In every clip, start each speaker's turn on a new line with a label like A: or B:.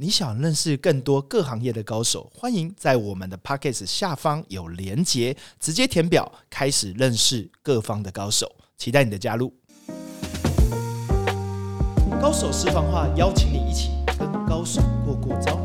A: 你想认识更多各行业的高手，欢迎在我们的 p o c k e t 下方有连结，直接填表开始认识各方的高手，期待你的加入。高手私房话，邀请你一起跟高手过过招。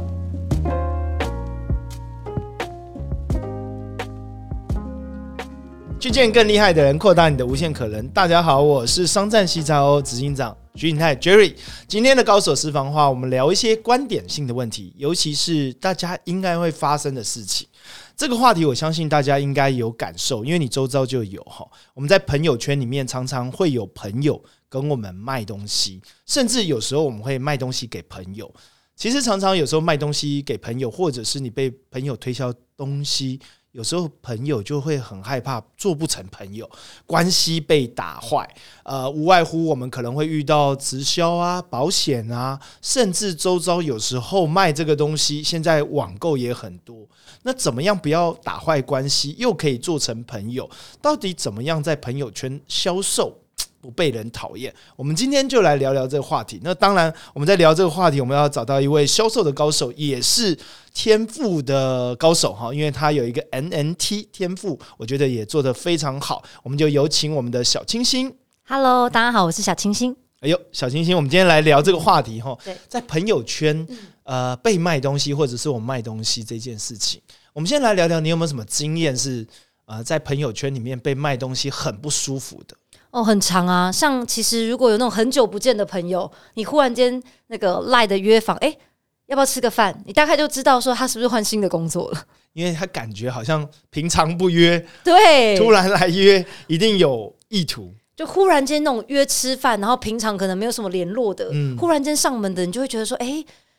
A: 去见更厉害的人，扩大你的无限可能。大家好，我是商战西叉 O 执行长徐景泰 Jerry。今天的高手私房话，我们聊一些观点性的问题，尤其是大家应该会发生的事情。这个话题，我相信大家应该有感受，因为你周遭就有哈。我们在朋友圈里面常常会有朋友跟我们卖东西，甚至有时候我们会卖东西给朋友。其实常常有时候卖东西给朋友，或者是你被朋友推销东西，有时候朋友就会很害怕做不成朋友，关系被打坏。呃，无外乎我们可能会遇到直销啊、保险啊，甚至周遭有时候卖这个东西，现在网购也很多。那怎么样不要打坏关系，又可以做成朋友？到底怎么样在朋友圈销售？不被人讨厌，我们今天就来聊聊这个话题。那当然，我们在聊这个话题，我们要找到一位销售的高手，也是天赋的高手哈，因为他有一个 NNT 天赋，我觉得也做得非常好。我们就有请我们的小清新。
B: Hello，大家好，我是小清新。
A: 哎呦，小清新，我们今天来聊这个话题哈
B: 对，嗯
A: 在朋友圈呃被卖东西或者是我卖东西这件事情，我们先来聊聊你有没有什么经验是呃在朋友圈里面被卖东西很不舒服的？
B: 哦，很长啊，像其实如果有那种很久不见的朋友，你忽然间那个赖的约访，哎、要不要吃个饭？你大概就知道说他是不是换新的 工作了。
A: 因为他感觉好像平常不约，
B: 对，
A: 突然来约，一定有意图。
B: 就忽然间那种约吃饭，然后平常可能没有什么联络的，
A: 嗯
B: 忽然间上门的，你就会觉得说，哎、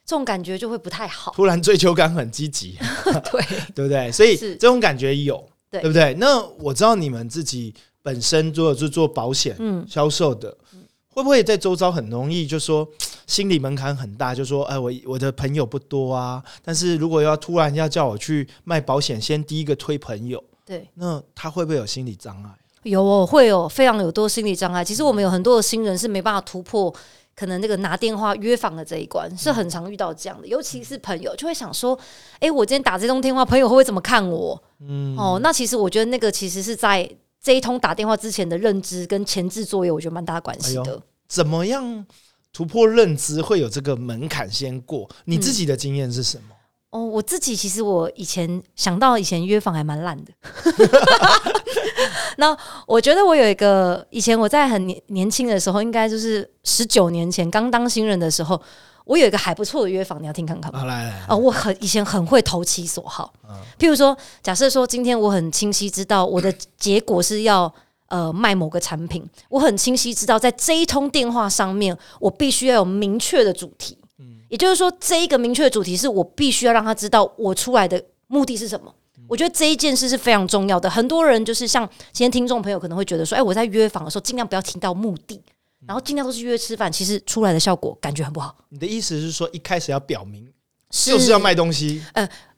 B: 这种感觉就会不太 好。
A: 突然追求感很积极，
B: 对，
A: 对不对？所以
B: 是
A: 这种感觉有，
B: 对
A: 不对？那我知道你们自己本身如果是做保险
B: 嗯，
A: 销售的，会不会在周遭很容易就说心理门槛很大，就说哎，我我的朋友不多啊，但是如果要突然要叫我去卖保险，先第一个推朋友，
B: 对。
A: 那他会不会有心理障碍？
B: 有哦，会有非常有多心理障碍。其实我们有很多的新人是没办法突破，可能那个拿电话约访的这一关是很常遇到这样的，尤其是朋友就会想说，诶，我今天打这通电话，朋友会不会怎么看我？
A: 嗯，
B: 哦，那其实我觉得那个其实是在这一通打电话之前的认知跟前置作业，我觉得蛮大关系
A: 哎
B: 的。
A: 怎么样突破认知会有这个门槛先
B: 嗯
A: 过？你自己的经验是什么？
B: 哦，我自己其实我以前想到以前约访还蛮烂的， 那我觉得我有一个以前我在很年年轻的时候，应该就是十九年前刚当新人的时候，我有一个还不错的约访，你要听看看吗？
A: 啊，来来，
B: 哦，我很以前很会投其所好，譬如说，假设说今天我很清晰知道我的结果是要呃卖某个产品，我很清晰知道在这一通电话上面，我必须要有明确的主题，也就是说，这一个明确的主题是我必须要让他知道我出来的目的是什么。我觉得这一件事是非常重要的。很多人就是像今天听众朋友可能会觉得说，哎、我在约访的时候尽量不要提到目的，然后尽量都是约吃饭，其实出来的效果感觉很不好。
A: 你的意思是说一开始要表明
B: 是呃
A: 就是要卖东西？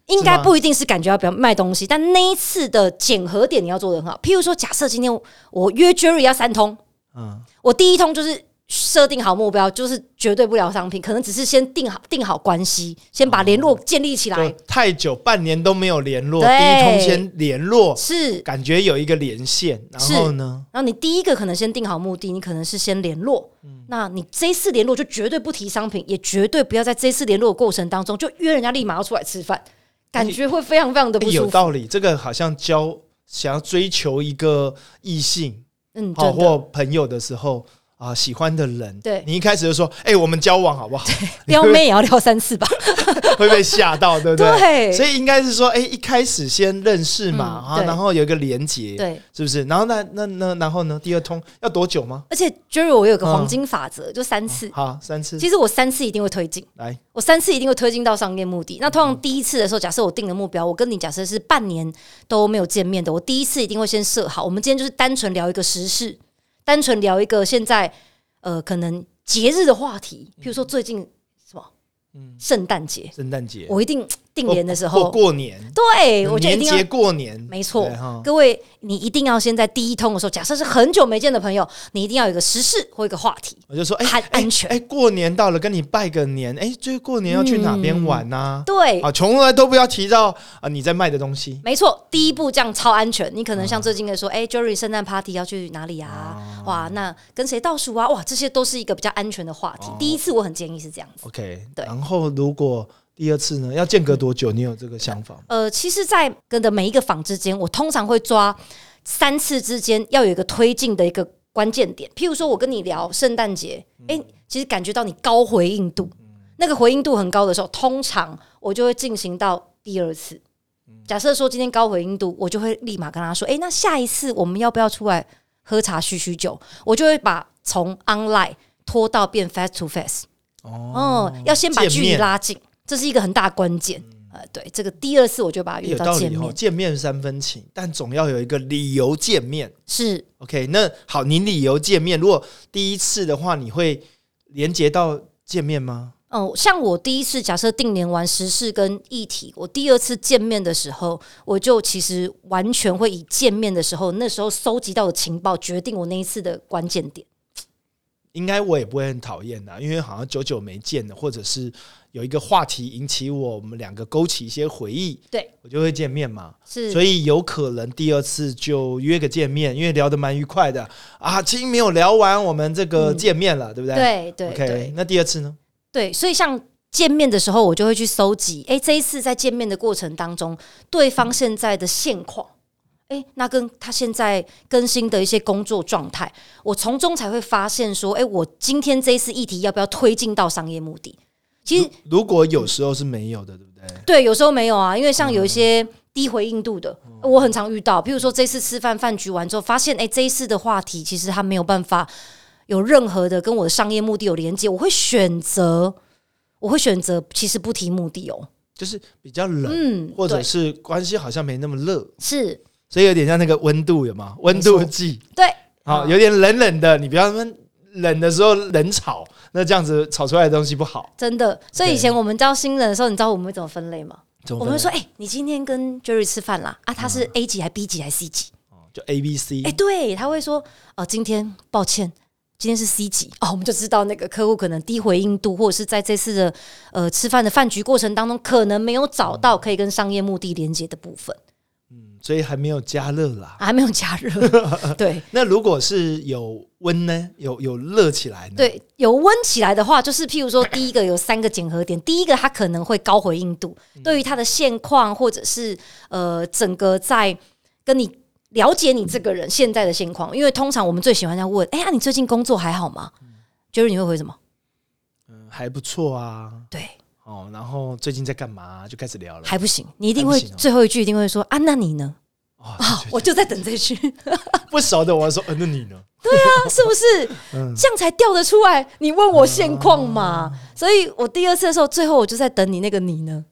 B: 应该
A: 是吗
B: 不一定是感觉要表卖东西，但那一次的检核点你要做的很好。譬如说，假设今天我约 Jerry 要三通，
A: 嗯，
B: 我第一通就是设定好目标，就是绝对不聊商品，可能只是先定好定好关系，先把联络建立起来。
A: 就太久半年都没有联络，第
B: 对
A: 一通先联络，
B: 是，
A: 感觉有一个连线，然后呢？
B: 然后你第一个可能先定好目的，你可能是先联络。
A: 嗯
B: 那你这一次联络就绝对不提商品，也绝对不要在这一次联络的过程当中就约人家立马要出来吃饭，感觉会非常非常的
A: 哎
B: 不舒
A: 有
B: 服。
A: 道理，这个好像教想要追求一个异性
B: 嗯，
A: 哎好
B: 真的
A: 或朋友的时候啊，喜欢的人，
B: 对
A: 你一开始就说，哎，我们交往好不 好？
B: 撩妹也要撩三次吧？
A: 会被吓到，对不 对？
B: 对
A: 所以应该是说，哎、一开始先认识嘛，
B: 嗯
A: 啊，
B: 对
A: 然后有一个连接，，
B: 对。
A: 是不是？然后那那那然后呢？第二通要多久吗？
B: 而且 Jerry，我有个
A: 嗯
B: 黄金法则，就三次。
A: 好，三次，
B: 其实我三次一定会推进，
A: 来，
B: 我三次一定会推进到商业目的。那通常第一次的时候，假设我定了目标，我跟你假设是半年都没有见面的，我第一次一定会先设好，我们今天就是单纯聊一个时事，单纯聊一个现在呃可能节日的话题，譬如说最近什么
A: 嗯，哦
B: 圣诞节，
A: 圣诞节，
B: 我一定定年的时
A: 或
B: 候，
A: 过年，
B: 对我就一
A: 嗯年
B: 定要
A: 节过年，
B: 没错
A: 对哈
B: 各位，你一定要先在第一通的时候，假设是很久没见的朋友，你一定要有一个时事或一个话题。
A: 我就说，哎、
B: 还
A: 哎
B: 安全
A: 哎、过年到了，跟你拜个年，哎、就是过年要去哪边玩呐、
B: 嗯对，嗯
A: 啊，从来都不要提到啊你在卖的东西。
B: 没错，第一步这样超安全。你可能像最近的说，哎、j e r r y 圣诞 party 要去哪里啊？哇，那跟谁倒数啊？哇，这些都是一个比较安全的话题。第一次我很建议是这样子。
A: OK，
B: 对
A: 然后如果第二次呢，要间隔多久？你有这个想法吗？
B: 呃，其实，在跟的每一个访之间，我通常会抓三次之间要有一个推进的一个关键点。譬如说，我跟你聊圣诞节，
A: 嗯
B: 哎、其实感觉到你高回应度，那个回应度很高的时候，通常我就会进行到第二次。
A: 嗯
B: 假设说今天高回应度，我就会立马跟他说：“哎、那下一次我们要不要出来喝茶叙叙旧？”我就会把从 online 拖到变 face to face。哦，要先把
A: 见
B: 距离
A: 面嗯
B: 拉近，这是一个很大关键。呃，对，这个第二次我就把它约
A: 有
B: 到
A: 道
B: 见
A: 理哦，
B: 面，
A: 见面三分情，但总要有一个理由见面。
B: 是
A: OK，那好，你理由见面，如果第一次的话，你会连接到见面吗？
B: 嗯、呃像我第一次假设定年完时事跟议题，我第二次见面的时候，我就其实完全会以见面的时候那时候收集到的情报决定我那一次的关键点。
A: 应该我也不会很讨厌的，因为好像久久没见了，或者是有一个话题引起我我们两个勾起一些回忆，
B: 对，
A: 我就会见面嘛。
B: 是
A: 所以有可能第二次就约个见面，因为聊得蛮愉快的啊。其实没有聊完，我们这个见面了，对不对？
B: 嗯对对
A: OK，
B: 对
A: 那第二次呢？
B: 对，所以像。见面的时候，我就会去搜集，哎、这一次在见面的过程当中，对方现在的现况，哎、那跟他现在更新的一些工作状态，我从中才会发现说，哎、我今天这一次议题要不要推进到商业目的？其实
A: 如果有时候是没有的，对不对？
B: 对，有时候没有啊，因为像有一些低回应度的，我很常遇到。譬如说这次吃饭饭局完之后，发现哎、诶这一次的话题其实它没有办法有任何的跟我的商业目的有连接，我会选择，我会选择其实不提目的哦。
A: 就是比较冷，
B: 嗯，
A: 或者
B: 对
A: 是关系好像没那么热，
B: 是
A: 所以有点像那个温度，有吗？温度计，
B: 对，
A: 好，
B: 嗯
A: 有点冷冷的，你不要那么冷的时候冷炒，那这样子炒出来的东西不好。
B: 真的。所以以
A: 对
B: 前我们教新人的时候，你知道我们会怎么分类吗？
A: 怎么
B: 我
A: 分
B: 们会说，哎、你今天跟 Jerry 吃饭啦，啊，他是 A 级还 B 级还 C 级？
A: 就 A、B、C，
B: 哎、对，他会说，呃，今天抱歉，今天是 C 级哦，我们就知道那个客户可能低回应度，或者是在这次的呃吃饭的饭局过程当中，可能没有找到可以跟商业目的连接的部分，啊
A: 所以还没有加热啦。
B: 还没有加热。 对
A: 那如果是有温呢，有有热起来呢？，
B: 对，有温起来的话，就是譬如说，第一个有三个检核点，第一个它可能会高回应度，
A: 嗯
B: 对于他的现况或者是呃整个在跟你。了解你这个人现在的现况，因为通常我们最喜欢这样问：“哎、呀、你最近工作还好吗？”就是你会回什么？
A: 嗯，还不错啊。
B: 对，
A: 哦，然后最近在干嘛？就开始聊了。
B: 还不行，你一定会
A: 还不行哦
B: 最后一句一定会说啊，那你呢？
A: 哦，
B: 啊，我就在等 这句，
A: 不熟的，我说，呃，那你呢？
B: 啊是不是？
A: 嗯，
B: 这样才调得出来。你问我现况嘛，所以我第二次的时候，最后我就在等你那个你呢？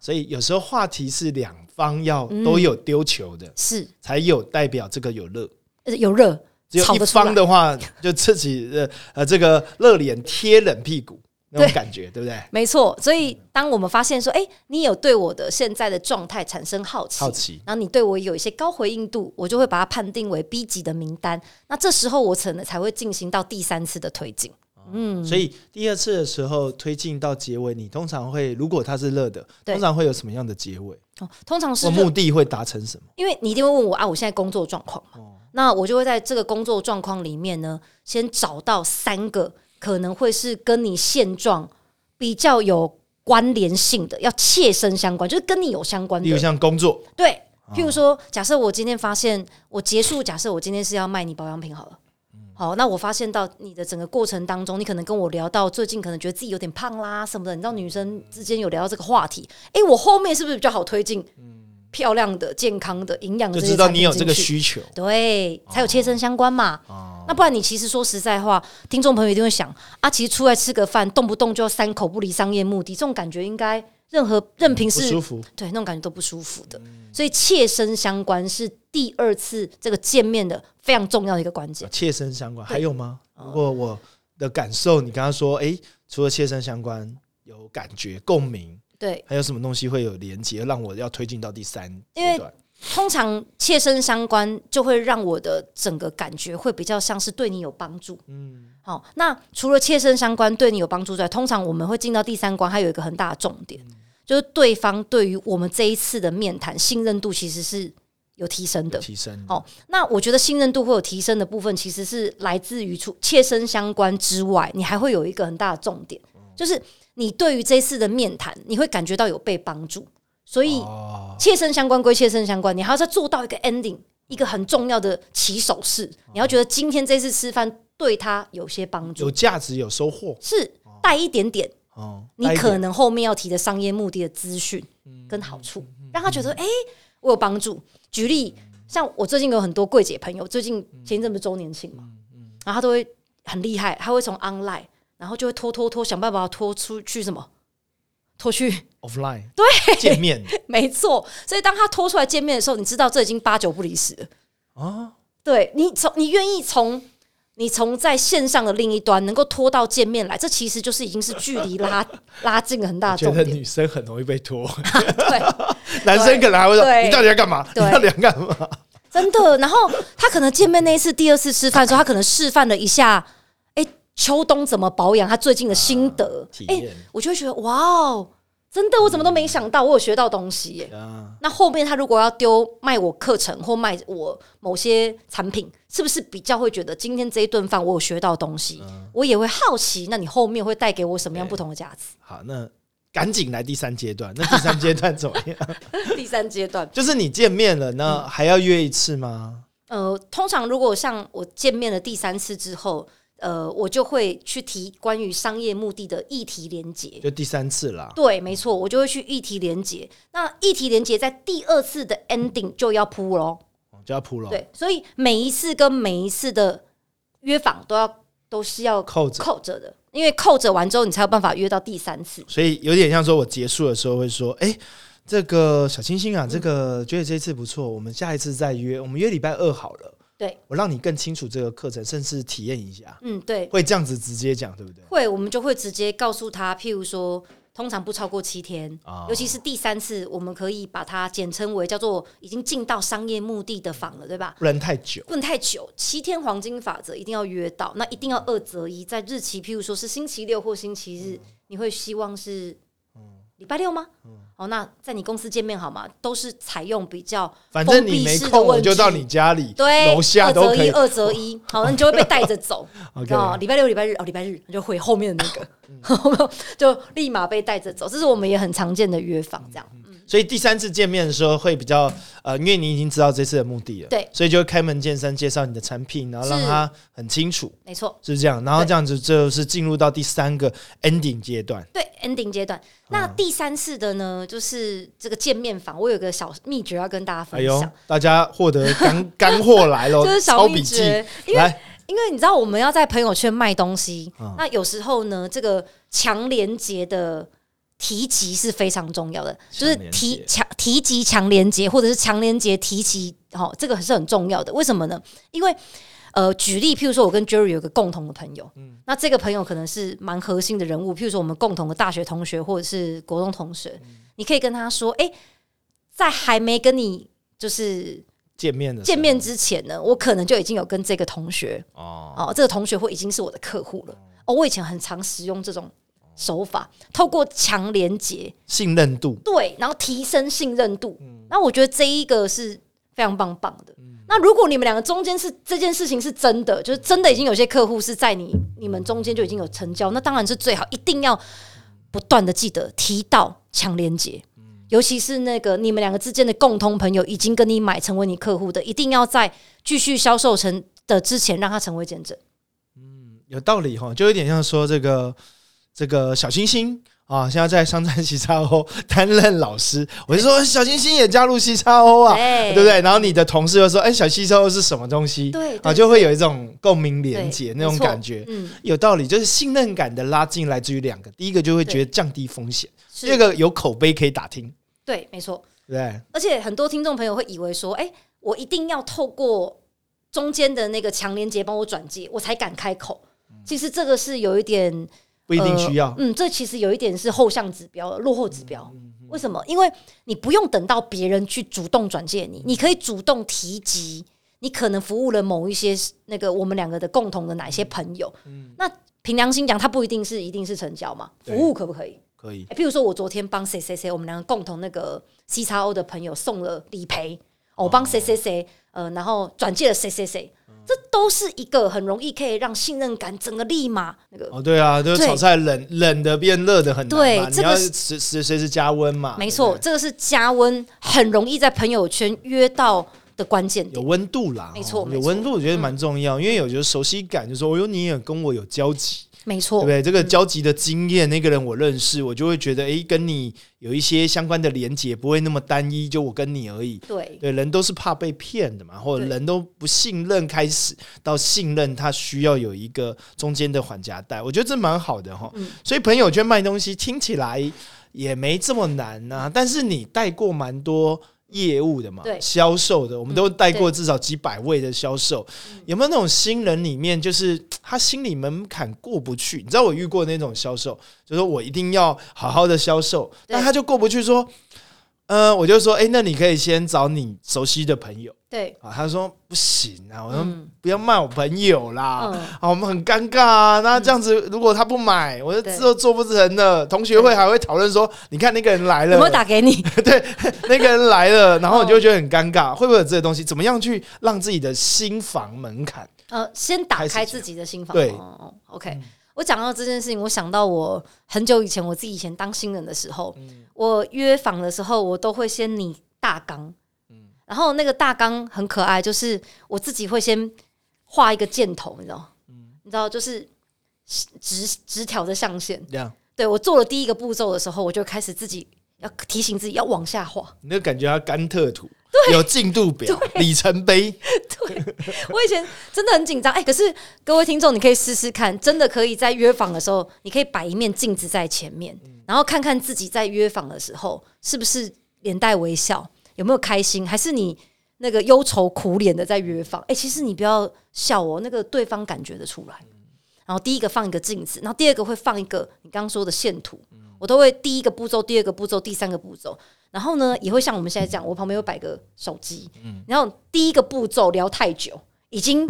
A: 所以有时候话题是两方要
B: 嗯
A: 都有丢球的，
B: 是
A: 才有代表这个有热。
B: 呃有热
A: 只有
B: 吵
A: 一
B: 得出来
A: 方的话，就自己呃呃这个热脸贴冷屁股那种
B: 对
A: 感觉，对不对？
B: 没错，所以当我们发现说，哎、你有对我的现在的状态产生好奇，
A: 好奇
B: 然后你对我有一些高回应度，我就会把它判定为 B 级的名单。那这时候我可能才会进行到第三次的推进。嗯，
A: 所以第二次的时候推进到结尾，你通常会如果它是热的，
B: 对
A: 通常会有什么样的结尾？
B: 哦通常是
A: 或
B: 热
A: 目的会达成什么？
B: 因为你一定会问我啊，我现在工作状况嘛，
A: 哦
B: 那我就会在这个工作状况里面呢，先找到三个可能会是跟你现状比较有关联性的，要切身相关，就是跟你有相关
A: 例如
B: 的。
A: 像工作，
B: 对，
A: 啊
B: 譬如说，假设我今天发现我结束，假设我今天是要卖你保养品好了。
A: 嗯
B: 好，那我发现到你的整个过程当中，你可能跟我聊到最近可能觉得自己有点胖啦什么的，你知道女生之间有聊到这个话题，
A: 嗯
B: 诶，我后面是不是比较好推进？漂亮的、健康的、营养的
A: 就
B: 这些
A: 知道
B: 产
A: 你
B: 品
A: 有这个
B: 进去
A: 需哦求。
B: 对，才有切身相关嘛。那不然你其实说实在话，听众朋友一定会想啊，其实出来吃个饭，动不动就要三口不离商业目的，这种感觉应该任何任凭
A: 不
B: 是
A: 舒服，
B: 对那种感觉都不舒服的。所以切身相关是第二次这个见面的非常重要的一个关键。
A: 切身相关。
B: 对哦
A: 还有吗？如果我的感受，你刚刚说，诶，除了切身相关有感觉共鸣，
B: 对，
A: 还有什么东西会有连接，让我要推进到第三
B: 因为
A: 阶段？
B: 通常切身相关就会让我的整个感觉会比较像是对你有帮助。
A: 嗯，
B: 好，那除了切身相关对你有帮助之外，通常我们会进到第三关，还有一个很大的重点，
A: 嗯
B: 就是对方对于我们这一次的面谈信任度其实是有提升的。
A: 提升
B: 好那我觉得信任度会有提升的部分，其实是来自于除切身相关之外，你还会有一个很大的重点，
A: 嗯
B: 就是你对于这次的面谈，你会感觉到有被帮助，所以
A: 哦，
B: 切身相关归切身相关，你还要再做到一个 ending，一个很重要的起手式。你要觉得今天这次吃饭对他有些帮
A: 有
B: 助，
A: 价值，有收获
B: 是带一点点
A: 哦。
B: 你
A: 带一
B: 可
A: 点
B: 能后面要提的商业目的的资讯跟好处，让他觉得诶，我有帮助。举例，像我最近有很多柜姐朋友，最近前一阵不是周年庆嘛，然后他都会很厉害，他会从 online，然后就会拖拖拖，想办法拖出去什么，拖去
A: offline 对见面
B: 没错，所以当他拖出来见面的时候，你知道这已经八九不离十了。
A: 哦，
B: 对你从你愿意从你从在线上的另一端能够拖到见面来，这其实就是已经是距离拉拉近了很
A: 我
B: 大的
A: 觉
B: 啊重
A: 得
B: 点。
A: 女生很容易被拖，
B: 对，
A: 男生可能还会说
B: 对
A: 你到底要干嘛？你
B: 对
A: 到底要干嘛？
B: 真的。然后他可能见面那一次、第二次吃饭的时候，他可能示范了一下，哎、秋冬怎么保养，他最近的心得，
A: 体
B: 哎、
A: 验
B: 我就会觉得哇哦，真的，我怎么都没想到，我有学到东西耶、
A: 啊，
B: 那后面他如果要丢卖我课程或卖我某些产品，是不是比较会觉得今天这一顿饭我有学到东西？我也会好奇，那你后面会带给我什么样不同的价值？
A: 好，那赶紧来第三阶段。 那第三阶段怎么样？
B: 第三阶段，
A: 就是你见面了，
B: 嗯
A: 那还要约一次吗？
B: 呃，通常如果像我见面了第三次之后，呃，我就会去提关于商业目的的议题连接。
A: 就第三次啦。
B: 对，没错，我就会去议题连接。那议题连接在第二次的 ending 就要铺喽。
A: 就要铺了，
B: 对，所以每一次跟每一次的约访都要都是要
A: 扣着。
B: 扣着的，因为扣着完之后，你才有办法约到第三次。
A: 所以有点像说，我结束的时候会说，哎、这个小清
B: 嗯
A: 新啊，这个觉得这次不错，我们下一次再约，我们约礼拜二好了。
B: 对，
A: 我让你更清楚这个课程，甚至体验一下，
B: 嗯，对，
A: 会这样子直接讲，对不对？
B: 会，我们就会直接告诉他，譬如说，通常不超过七天，
A: 啊
B: 尤其是第三次，我们可以把它简称为叫做已经进到商业目的的访了，对吧？
A: 不能太久，
B: 不能太久，七天黄金法则一定要约到，那一定要二择一，在日期，譬如说是星期六或星期日，你会希望是礼拜六吗？哦，那在你公司见面好吗？都是采用比较
A: 反正
B: 封
A: 你
B: 闭
A: 没
B: 式的
A: 空，我
B: 问
A: 就
B: 句
A: 到你家里
B: 对，
A: 楼下都可以。
B: 二择一，二择一，好，那你就会被带着走。
A: OK，
B: 哦，礼拜六、礼拜日，哦，礼拜日你就回后面的那个， 就立马被带着走。这是我们也很常见的约访，这样。嗯
A: 所以第三次见面的时候会比较呃，因为你已经知道这次的目的了，
B: 对
A: 所以就会开门见山介绍你的产品，然后让
B: 是
A: 他很清楚，
B: 没错，
A: 是不是这样？然后
B: 对
A: 这样子就是进入到第三个 ending 阶段。
B: 对 ending 阶段。
A: 嗯
B: 那第三次的呢，就是这个见面访，我有个小秘诀要跟大家
A: 哎
B: 分
A: 呦
B: 享，，
A: 大家获得干干货来喽，
B: 就是小
A: 抄笔
B: 秘
A: 记，
B: 诀，因为
A: 来
B: 因为你知道我们要在朋友圈卖东西
A: 嗯，
B: 那有时候呢，这个强连接的提及是非常重要的，
A: 强
B: 就
A: 连结
B: 是提强提及强连接，或者是强连接提及，哦，这个是很重要的。为什么呢？因为呃，举例，譬如说我跟 Jerry 有个共同的朋友，
A: 嗯
B: 那这个朋友可能是蛮核心的人物，譬如说我们共同的大学同学或者是国中同学，
A: 嗯
B: 你可以跟他说，诶，在还没跟你就是
A: 见面的时候
B: 见面之前呢，我可能就已经有跟这个同学
A: 哦，
B: 哦，这个同学会已经是我的客户了。哦，我以前很常使用这种手法，透过强连接，
A: 信任度
B: 对，然后提升信任度。那我觉得这一个是非常棒棒的。那如果你们两个中间是这件事情是真的，就是真的已经有些客户是在你你们中间就已经有成交，那当然是最好，一定要不断的记得提到强连接。尤其是那个你们两个之间的共同朋友已经跟你买成为你客户的，一定要在继续销售成的之前让他成为见证。
A: 有道理哈，就有点像说这个这个小星星。啊，现在在商战西叉 O 担任老师，我就说小星星也加入西叉 O 啊，
B: 对
A: 对不对？然后你的同事又说，哎、小西叉 O 是什么东西？
B: 对
A: 啊，
B: 对
A: 就会有一种共鸣连
B: 对
A: 接
B: 没
A: 那种
B: 错
A: 感觉，
B: 嗯，
A: 有道理。就是信任感的拉近来自于两个，第一个就会觉得降低风险，第二
B: 是，
A: 个有口碑可以打听，
B: 对，没错。
A: 对不对？
B: 而且很多听众朋友会以为说，哎、我一定要透过中间的那个强连接帮我转接，我才敢开口。其实这个是有一点
A: 嗯不一定需要。嗯
B: 嗯，这其实有一点是后向指标、落后指标。为什么？因为你不用等到别人去主动转介你，你可以主动提及你可能服务了某一些那个我们两个的共同的哪些
A: 嗯
B: 朋友。那凭良心讲，它不一定是一定是成交嘛？服
A: 对
B: 务可不可以？
A: 可以，
B: 欸譬如说我昨天帮谁谁谁，我们两个共同那个 C x O 的朋友送了理赔，哦我帮谁谁谁，呃，然后转借了谁谁谁，这都是一个很容易可以让信任感整个立马那个。
A: 哦，对啊，就是
B: 对
A: 炒菜冷冷的变热的很难
B: 对
A: 嘛，你
B: 这个
A: 要
B: 是
A: 随随随时加温嘛，
B: 没
A: 啊对
B: 错，
A: 不
B: 这个是加温，很容易在朋友圈约到的关键
A: 对有
B: 点。
A: 温度啦，
B: 没错嗯
A: 哦
B: 没
A: 有
B: 错
A: 温度我觉得蛮重要，因为有时候熟悉感，就说哦哟，你也跟我有交集，
B: 没
A: 对不
B: 错，
A: 对？这个交集的经验，那个人我认识，我就会觉得诶，跟你有一些相关的连结，不会那么单一，就我跟你而已。
B: 对，
A: 对，人都是怕被骗的嘛，或者
B: 对
A: 人都不信任，开始到信任，他需要有一个中间的缓夹带，我觉得这蛮好的哈。
B: 嗯
A: 所以朋友圈卖东西听起来也没这么难呐、但是你带过蛮多。业务的嘛
B: 对，
A: 销售的，我们都带过
B: 嗯
A: 至少几百位的销售，有没有那种新人里面，就是他心里门槛过不去？你知道我遇过那种销售，就说我一定要好好的销售，
B: 对
A: 但他就过不去，说，呃，我就说，哎、那你可以先找你熟悉的朋友
B: 对，
A: 啊。他说不行啊，我说、
B: 嗯
A: 不要卖我朋友啦，
B: 嗯
A: 啊，我们很尴尬啊。那这样子，如果他不买，我就
B: 对
A: 之后做不成了。同学会还会讨论说，你看那个人来
B: 有没有
A: 了，
B: 打给你？
A: 那个人来了，然后你就
B: 哦
A: 会觉得很尴尬，会不会有这些东西？怎么样去让自己的心房门槛？
B: 呃，先打
A: 开始
B: 开
A: 讲
B: 自己的心房。
A: 对嗯
B: 哦哦，OK。我讲到这件事情，我想到我很久以前我自己以前当新人的时候，
A: 嗯
B: 我约访的时候，我都会先拟大纲，
A: 嗯
B: 然后那个大纲很可爱，就是我自己会先画一个箭头，你知道，
A: 嗯
B: 你知道就是直直条的象限。
A: 这样，
B: 对我做了第一个步骤的时候，我就开始自己要提醒自己要往下画，
A: 你就感觉要甘特图，有进度表、里程碑，
B: 我以前真的很紧张，哎、可是各位听众，你可以试试看，真的可以在约访的时候，你可以摆一面镜子在前面，然后看看自己在约访的时候是不是脸带微笑，有没有开心，还是你那个忧愁苦脸的在约访？哎、其实你不要笑哦，那个对方感觉得出来。然后第一个放一个镜子，然后第二个会放一个你刚刚说的线图，我都会第一个步骤、第二个步骤、第三个步骤，然后呢也会像我们现在这样，我旁边有摆个手机，然后第一个步骤聊太久，已经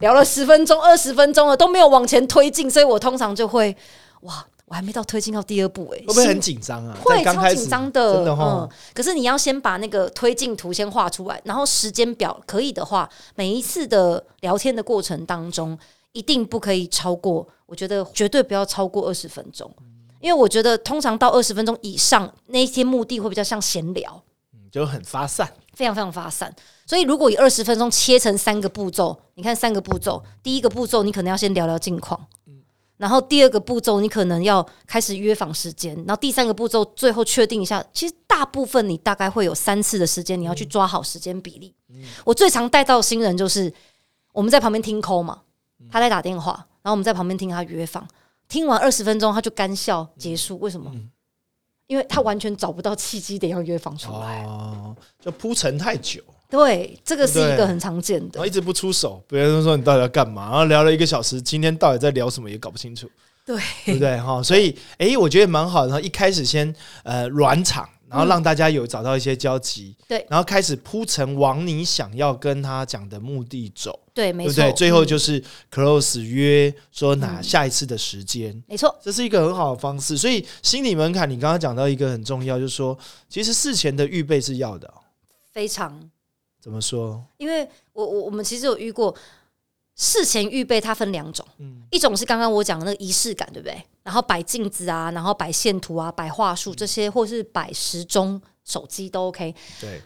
B: 聊了十分钟、二十分钟了，都没有往前推进，所以我通常就会哇，我还没到推进到第二步哎、
A: 会不会很
B: 心
A: 紧张啊？
B: 会
A: 在刚
B: 超
A: 开始
B: 紧张的，
A: 真的哈
B: 嗯。。可是你要先把那个推进图先画出来，然后时间表可以的话，每一次的聊天的过程当中，一定不可以超过，我觉得绝对不要超过二十分钟。因为我觉得，通常到二十分钟以上，那一天目的会比较像闲聊，
A: 就很发散。
B: 非常非常发散。所以，如果以二十分钟切成三个步骤，你看三个步骤，第一个步骤你可能要先聊聊近况，然后第二个步骤你可能要开始约访时间，然后第三个步骤最后确定一下。其实大部分你大概会有三次的时间，你要去抓好时间比例。我最常带到新人就是我们在旁边听 call 嘛，他在打电话，然后我们在旁边听他约访，听完二十分钟他就干笑结束，为什么？因为他完全找不到契机点要约访出来。
A: 哦，就铺陈太久，
B: 对，这个是
A: 对
B: 一个很常见
A: 然后
B: 的。
A: 一直不出手，别人都说你到底要干嘛？然后聊了一个小时，今天到底在聊什么也搞不清楚，
B: 对
A: 对不对？哈，所以哎、诶我觉得蛮好的。然后一开始先呃软场，然后让大家有找到一些交集，
B: 嗯对
A: 然后开始铺陈往你想要跟他讲的目的走，
B: 对，
A: 对
B: 没
A: 不
B: 错嗯
A: 对？，最后就是 close 约说哪下一次的时间，
B: 没错，
A: 这是一个很好的方式。所以心理门槛，你刚刚讲到一个很重要，就是说，其实事前的预备是要的哦。
B: 非常。
A: 怎么说？
B: 因为我我我们其实有遇过事前预备，它分两种，
A: 嗯
B: 一种是刚刚我讲的那个仪式感，对不对？然后摆镜子啊，然后摆线图啊，摆话术这些，或是摆时钟、手机都 OK。
A: 对，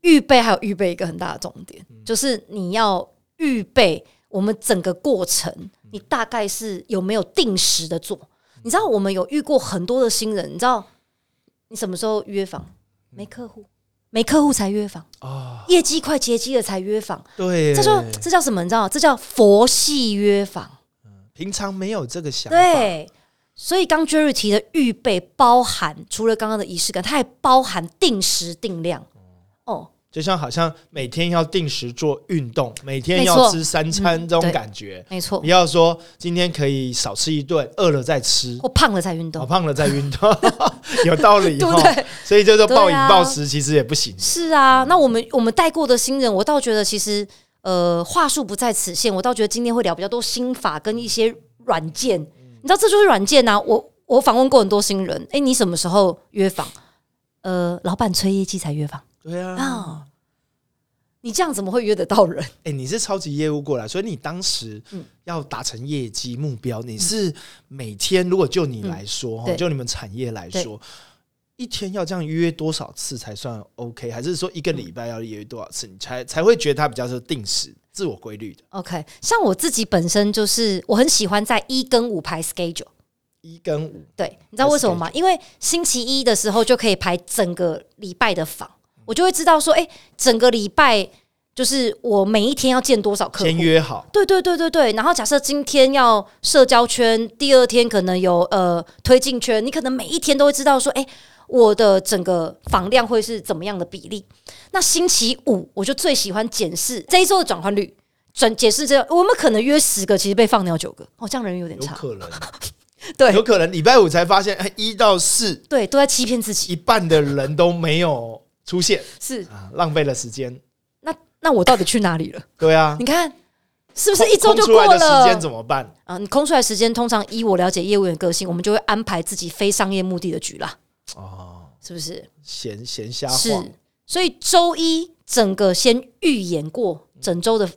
B: 预备还有预备一个很大的重点，
A: 嗯
B: 就是你要预备我们整个过程，
A: 嗯
B: 你大概是有没有定时的做？你知道我们有遇过很多的新人，你知道你什么时候约访？没客户，没客户才约访，
A: 嗯啊、
B: 业绩快结机了才约访。
A: 对，
B: 这叫这叫什么？你知道？这叫佛系约访。
A: 平常没有这个想法，
B: 对，所以刚 Jerry 提的预
A: 嗯
B: 备包含除了刚刚的仪式感，它还包含定时定量。哦，
A: 就像好像每天要定时做运动，每天
B: 没
A: 要
B: 错嗯
A: 吃三餐这种
B: 对
A: 感觉，
B: 没错
A: 不，要说今天可以少吃一顿，饿了再吃，
B: 我胖了才运
A: 好
B: 动，
A: 胖了再运动， 有道理
B: 对不
A: 哈。
B: 对？
A: 所以就是说
B: 对
A: 暴饮
B: 啊
A: 暴食其实也不行，
B: 是啊，那我们我们带过的新人，我倒觉得其实呃话术不在此限，我倒觉得今天会聊比较多心法跟一些软件，你知道这就是软件呐、我我访问过很多新人，哎、你什么时候约访？呃，老板催业绩才约访
A: 对啊。
B: 啊、你这样怎么会约得到人？
A: 哎、你是超级业务过来，所以你当时
B: 嗯
A: 要达成业绩目标，你是每天如果就你来说，
B: 嗯
A: 哈，
B: 对
A: 就你们产业来说，一天要这样约多少次才算 OK？还是说一个
B: 嗯
A: 礼拜要约多少次，你才才会觉得它比较是定时、自我规律的？
B: OK，像我自己本身就是我很喜欢在一跟五排 schedule。
A: 一跟五，
B: 对，你知道为什么吗？因为星期一的时候就可以排整个礼拜的房，我就会知道说，哎、整个礼拜就是我每一天要见多少客户
A: 先。约好，
B: 对对对对对，然后假设今天要社交圈，第二天可能有呃推进圈，你可能每一天都会知道说，哎、我的整个房量会是怎么样的比例？那星期五我就最喜欢检视这一周的转换率，转解释这我们可能约十个，其实被放掉九个，哦，这样人有点
A: 有
B: 差，
A: 可能，
B: 对
A: 有可能礼拜五才发现，哎，一到四
B: 对，都在欺骗自己，
A: 一半的人都没有出现
B: 是
A: 啊，浪费了时间。
B: 那那我到底去哪里了？
A: 对啊，
B: 你看是不是一周
A: 空
B: 就
A: 出
B: 过
A: 来的时间
B: 了？
A: 怎么办？
B: 啊，你空出来时间，通常依我了解业务员个性，我们就会安排自己非商业目的的局啦，
A: 哦，
B: 是不是？
A: 闲闲瞎
B: 是
A: 晃。，
B: 所以周一整个先预演过整周
A: 嗯
B: 的。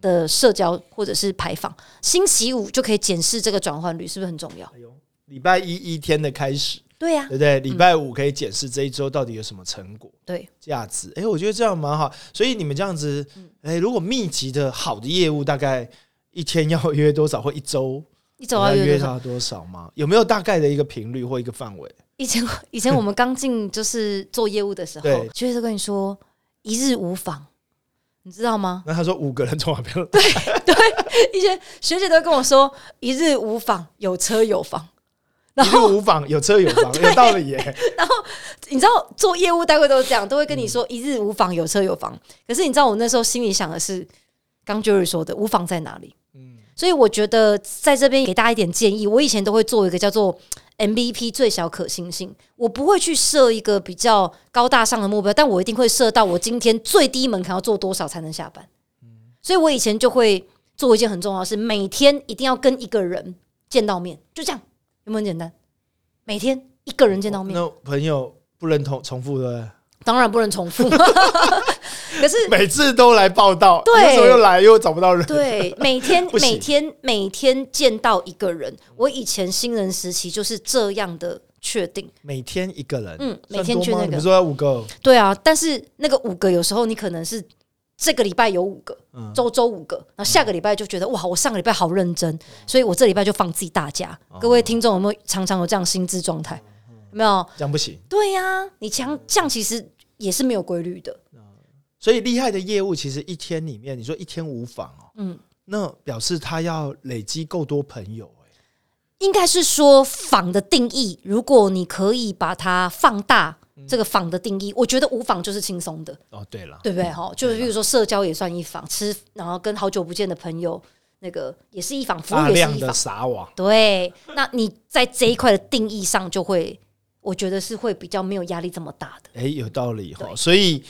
B: 的社交或者是排放，星期五就可以检视这个转换率是不是很重要？
A: 哎呦，礼拜一一天的开始，
B: 对啊呀、
A: 对不对？礼拜五可以检视这一周到底有什么成果、
B: 对，
A: 价值。哎，我觉得这样蛮好。所以你们这样子，
B: 嗯
A: 哎，如果密集的好的业务，大概一天要约多少，或一周
B: 一周要
A: 约
B: 约多少？
A: 到多少吗？有没有大概的一个频率或一个范围？
B: 以前以前我们刚进就是做业务的时候
A: 对，
B: 就是跟你说一日无妨，你知道吗？
A: 那他说五个人从哪边来？
B: 一些学姐都跟我说，一日无房，有车有房。然
A: 一
B: 后
A: 路无妨，有车有房，有道理耶。
B: 你知道做业务单位都是这样，都会跟你说一日无房，有车有房。可是你知道我那时候心里想的是，刚 Jerry 说的无房在哪里？
A: 嗯
B: 所以我觉得在这边给大家一点建议，我以前都会做一个叫做 MVP 最小可行性，我不会去设一个比较高大上的目标，但我一定会设到我今天最低门槛要做多少才能下班。所以我以前就会做一件很重要的事，每天一定要跟一个人见到面，就这样，有没有很简单？每天一个人见到面，
A: 那朋友不能同重复的，
B: 当然不能重复，可是
A: 每次都来报道，
B: 对
A: 有时候又来又找不到人，
B: 对，每天
A: 不行
B: 每天每天见到一个人，我以前新人时期就是这样的确定。
A: 每天一个人，
B: 嗯
A: 算
B: 每天
A: 多
B: 去
A: 吗
B: 那个
A: 你们说要五个，
B: 对啊，但是那个五个有时候你可能是这个礼拜有五个，
A: 嗯，
B: 周周五个，然后下个礼拜就觉得哇，我上个礼拜好认真，
A: 嗯
B: 所以我这礼拜就放自己大假。
A: 哦
B: 各位听众有没有常常有这样心智状态？
A: 嗯
B: 有没有？
A: 这样不行。
B: 对呀、你这样这样其实也是没有规律的。
A: 所以厉害的业务，其实一天里面，你说一天无妨哦，
B: 嗯，
A: 那表示他要累积够多朋友、欸，
B: 应该是说仿的定义，如果你可以把它放大，这个仿的定义，我觉得无仿就是轻松的，
A: 哦，对啊了，
B: 对不对？哈，就是比如说社交也算一仿，吃然后跟好久不见的朋友那个也是一仿，服务
A: 大
B: 也
A: 量
B: 是一
A: 的
B: 仿，
A: 撒网，
B: 对。那你在这一块的定义上，就会我觉得是会比较没有压力这么大的。
A: 哎、有道理哈、
B: 对
A: 所以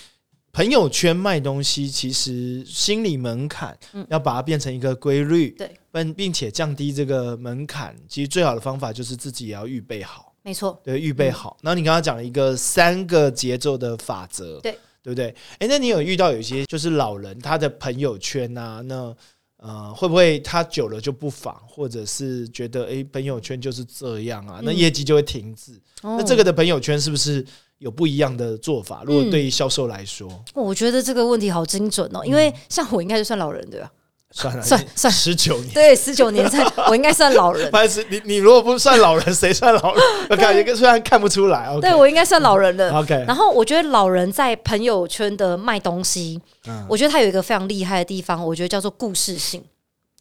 A: 朋友圈卖东西，其实心理门槛、要把它变成一个规律，
B: 嗯对，
A: 并并且降低这个门槛，其实最好的方法就是自己也要预备好。
B: 没错，
A: 对，预备
B: 嗯
A: 好。然后你刚刚讲了一个三个节奏的法则，
B: 对
A: 对不对？哎，那你有遇到有一些就是老人他的朋友圈啊，那呃会不会他久了就不仿，或者是觉得哎朋友圈就是这样
B: 嗯
A: 啊，那业绩就会停滞？那
B: 那
A: 这个的朋友圈是不是有不一样的做
B: 嗯
A: 法？如果对于销售来说，
B: 我觉得这个问题好精准哦，因 为像我应该就算老人对吧？
A: 算了，
B: 算算
A: 十九年。
B: 对，十九年算我应该算 老人，
A: 但是你你如果不算老人，谁算老人？我 感觉虽然看不出来，OK，
B: 对我应该算老人了。
A: OK，
B: 然后我觉得老人在朋友圈的卖东西，
A: 嗯
B: 我觉得他有一个非常厉害的地方，我觉得叫做故事性。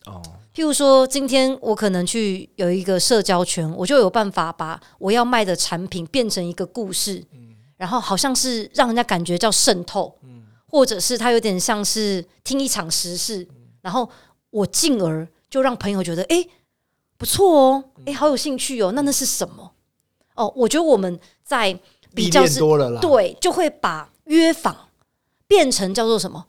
A: 哦，
B: 譬如说，今天我可能去有一个社交圈，我就有办法把我要卖的
A: 嗯
B: 产品变成一个故事，然后好像是让人家感觉叫渗透，或者是它有点像是听一场时事，
A: 嗯
B: 然后我进而就让朋友觉得，哎、不错哦，哎、
A: 嗯
B: 好有兴趣哦，那那是什么？哦，我觉得我们在比
A: 哦历
B: 较
A: 练
B: 是
A: 多了啦，
B: 对，就会把约访变成叫做什么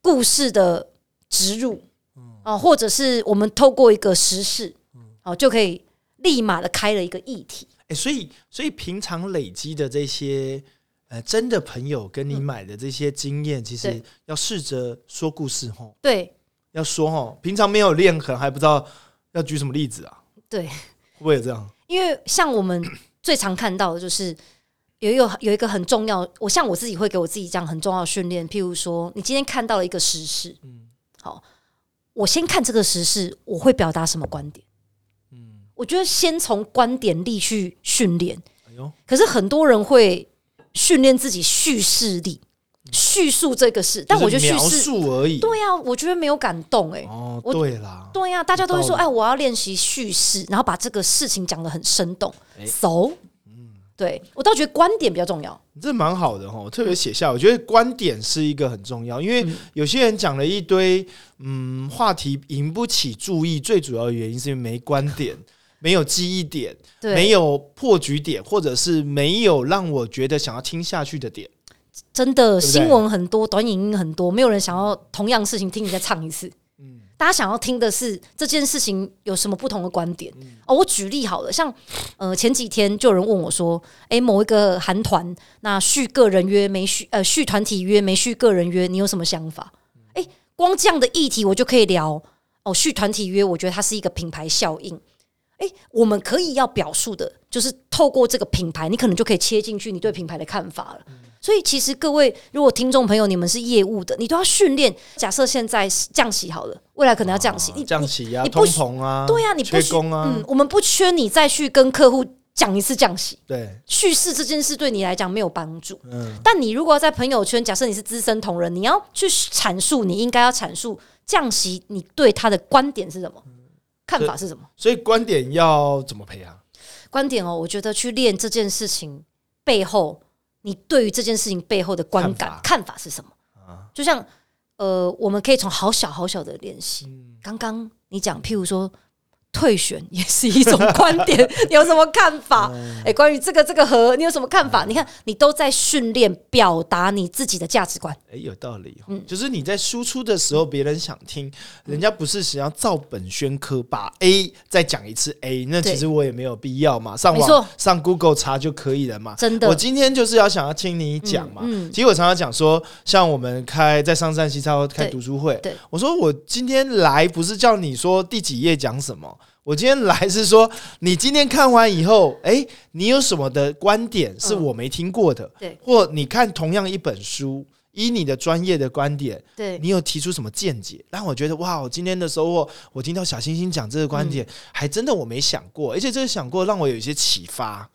B: 故事的植入，
A: 嗯
B: 啊，或者是我们透过一个时事，哦、就可以立马的开了一个议题。
A: 哎、所以所以平常累积的这些呃真的朋友跟你买的这些经验，其实
B: 嗯对
A: 要试着说故事吼，
B: 对
A: 要说吼，平常没有练，可能还不知道要举什么例子啊，
B: 对，
A: 会不会有这样？
B: 因为像我们最常看到的就是有一个有一个很重要，我像我自己会给我自己这样很重要的训练，譬如说，你今天看到了一个时事，
A: 嗯
B: 好，我先看这个时事，我会表达什么观点？
A: 嗯，
B: 我觉得先从观点力去训练。
A: 哎呦，
B: 可是很多人会训练自己叙事力，叙述这个事，但
A: 就是
B: 我觉得叙
A: 描
B: 事，
A: 述而已，
B: 对呀、我觉得没有感动、欸，哎，
A: 哦，
B: 我
A: 对啦，
B: 对呀、大家都会说，
A: 有道理
B: 哎，我要练习叙事，然后把这个事情讲得很生动
A: 哎
B: 熟。对我倒觉得观点比较重要，
A: 你这蛮好的哦，我特别写下，我觉得观点是一个很重要，因为
B: 嗯
A: 有些人讲了一堆，嗯，话题引不起注意，最主要的原因是因为没观点，没有记忆点，
B: 对，
A: 没有破局点，或者是没有让我觉得想要听下去的点。啊
B: 真的
A: 对
B: 新闻很多，短影音很多，没有人想要同样事情听你再唱一次。
A: 嗯
B: 大家想要听的是这件事情有什么不同的观点、
A: 嗯
B: 哦。我举例好了，像呃前几天就有人问我说，诶，某一个韩团那续个人约没续呃续团体约没续个人约，你有什么想法？
A: 嗯
B: 诶，光这样的议题我就可以聊哦。续团体约，我觉得它是一个品牌效应。诶，我们可以要表述的就是透过这个品牌，你可能就可以切进去你对品牌的看法
A: 嗯
B: 了。所以其实各位，如果听众朋友你们是业务的，你都要训练。假设现在是降息好了，未来可能要降息，你
A: 降息啊，
B: 你
A: 通
B: 不需
A: 膨啊，
B: 对啊，你不
A: 缺
B: 需
A: 工啊，
B: 嗯，我们不缺你再去跟客户讲一次降息
A: 对，
B: 叙事这件事对你来讲没有帮助。
A: 嗯，
B: 但你如果要在朋友圈，假设你是资深同仁，你要去阐述，你应该要阐述降息，你对他的观点是什么，看法是什么
A: 所以观点要怎么培养？
B: 观点哦。我觉得去练这件事情背后，你对于这件事情背后的观
A: 看
B: 感
A: 法
B: 看法是什么？
A: 啊
B: 就像呃，我们可以从好小好小的练习。
A: 嗯，
B: 刚刚你讲，譬如说退选也是一种观点，你有什么看法？哎、关于这个这个和你有什么看法？你看，你都在训练表达你自己的价值观。
A: 哎，有道理、哦，
B: 嗯
A: 就是你在输出的时候，别人想听，人家不是想要照本宣科把 A 再讲一次 A，那
B: 对
A: 其实我也没有必要嘛，上
B: 没
A: 网
B: 错
A: 上 Google 查就可以了嘛。
B: 真的
A: 我今天就是要想要听你讲嘛。
B: 嗯嗯
A: 其实我常常讲说，像我们开在上山西超开
B: 对
A: 读书会，
B: 对
A: 我说我今天来不是叫你说第几页讲什么。我今天来是说，你今天看完以后，哎、你有什么的观点是
B: 嗯
A: 我没听过的？
B: 对
A: 或你看同样一本书，以你的专业的观点，
B: 对
A: 你有提出什么见解？让我觉得哇，我今天的收获，我听到小星星讲这个观
B: 嗯
A: 点，还真的我没想过，而且这个想过让我有一些启发，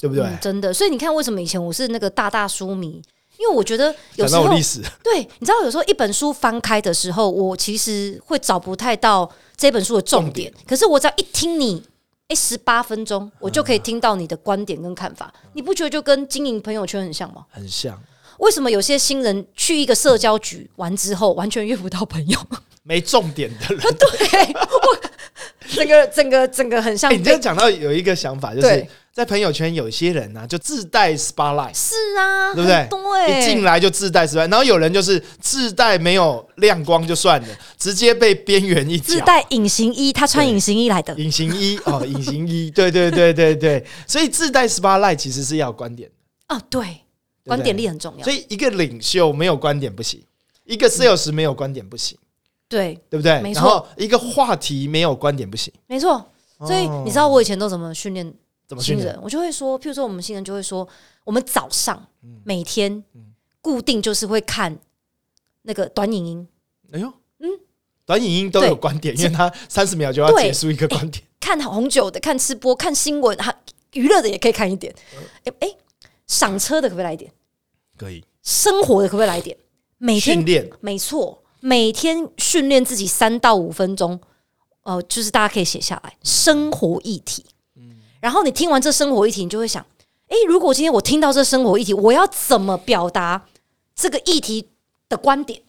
A: 对不对？
B: 嗯，真的。所以你看，为什么以前我是那个大大书迷？因为我觉得有
A: 讲
B: 时
A: 到
B: 候
A: 我历史，
B: 对，你知道有时候一本书翻开的时候，我其实会找不太到这本书的重点。可是我只要一听你，诶1十八分钟，我就可以听到你的观点跟看法。你不觉得就跟经营朋友圈很像吗？
A: 很像，
B: 为什么有些新人去一个社交局玩之后，完全约不到朋友？
A: 没重点的人。
B: 对，我整个整个整个很像
A: 哎，你这
B: 被
A: 样讲到有一个想法，就是
B: 对
A: 在朋友圈有些人呢、啊就自带 spotlight。
B: 是啊，
A: 对不对
B: 很多欸
A: 一进来就自带 spotlight，然后有人就是自带没有亮光就算了，直接被边缘一
B: 自
A: 角。
B: 带隐形衣，他穿隐形衣来的，
A: 隐形衣哦， 隐形衣，对对对对对，所以自带 spotlight 其实是要有观点，
B: 啊，对，
A: 对不对
B: 观点力很重要
A: 所。以一个领袖没有观点不行，一个 sales 没有观点不行，
B: 对，
A: 对不对？
B: 没
A: 然
B: 错
A: 后一个话题没有观点不行，
B: 没错。所以
A: 哦
B: 你知道我以前都怎么训练
A: 怎么训
B: 新
A: 练？
B: 人？我就会说，譬如说我们新人就会说，我们早上
A: 嗯
B: 每天固定就是会看那个短影音，
A: 哎呦，嗯，短影音都有
B: 对
A: 观点，因为它三十秒就要
B: 对哎
A: 结束一个观点，
B: 看红酒的，看吃播，看新闻，还娱乐的也可以看一点。
A: 嗯
B: 哎、哎，赏车的可不可以来一点？
A: 可以
B: 生活的可不可以来一点？每
A: 训
B: 天
A: 练
B: 没错，每天训练自己三到五分钟，呃，就是大家可以写下来
A: 嗯
B: 生活议题。然后你听完这生活议题，你就会想，诶，如果今天我听到这生活议题，我要怎么表达这个议题的观点。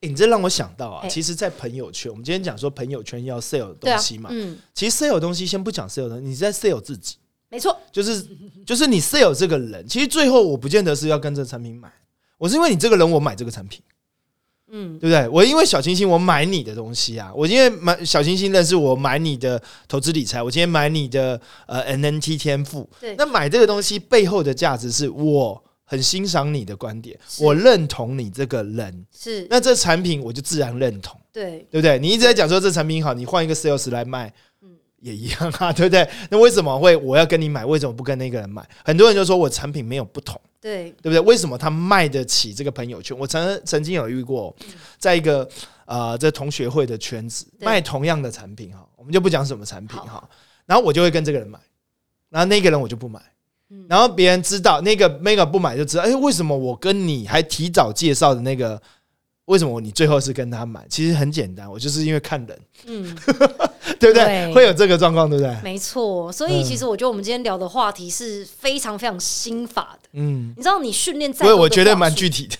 A: 诶你这让我想到啊，
B: 哎
A: 其实，在朋友圈，我们今天讲说朋友圈要 sell 的
B: 对
A: 东
B: 啊
A: 西嘛，，
B: 嗯，
A: 其实 sell 的东西先不讲 sell 的东西，你在 sell 自己，
B: 没错，
A: 就是就是你 sell 这个人，其实最后我不见得是要跟这个产品买，我是因为你这个人，我买这个产品。
B: 嗯，
A: 对不对？我因为小清新，我买你的东西啊！我因为买小清新认识我，买你的投资理财，我今天买你的呃 NNT 天赋。
B: 对
A: 那买这个东西背后的价值是我很欣赏你的观点，
B: 是
A: 我认同你这个人，
B: 是，
A: 那这产品我就自然认同，
B: 对，
A: 对不对？你一直在讲说这产品好，你换一个 sales 来卖。
B: 嗯
A: 也一样啊，对不对？那为什么会我要跟你买？为什么不跟那个人买？很多人就说我产品没有不同。
B: 对，
A: 对不对？为什么他卖得起这个朋友圈？我曾曾经有遇过，在一个呃这同学会的圈子
B: 嗯对
A: 卖同样的产品哈，我们就不讲什么产品哈，然后我就会跟这个人买，然后那个人我就不买
B: 嗯。
A: 然后别人知道那个那个不买就知道，哎，为什么我跟你还提早介绍的那个，为什么你最后是跟他买？其实很简单，我就是因为看人，
B: 嗯，
A: 对不对？
B: 对
A: 会有这个状况，对不对？
B: 没错。所
A: 嗯
B: 以其实我觉得我们今天聊的话题是非常非常心法的。
A: 嗯，
B: 你知道，你训练再
A: 所以
B: 多的
A: 我觉得
B: 话
A: 蛮
B: 术
A: 具体的。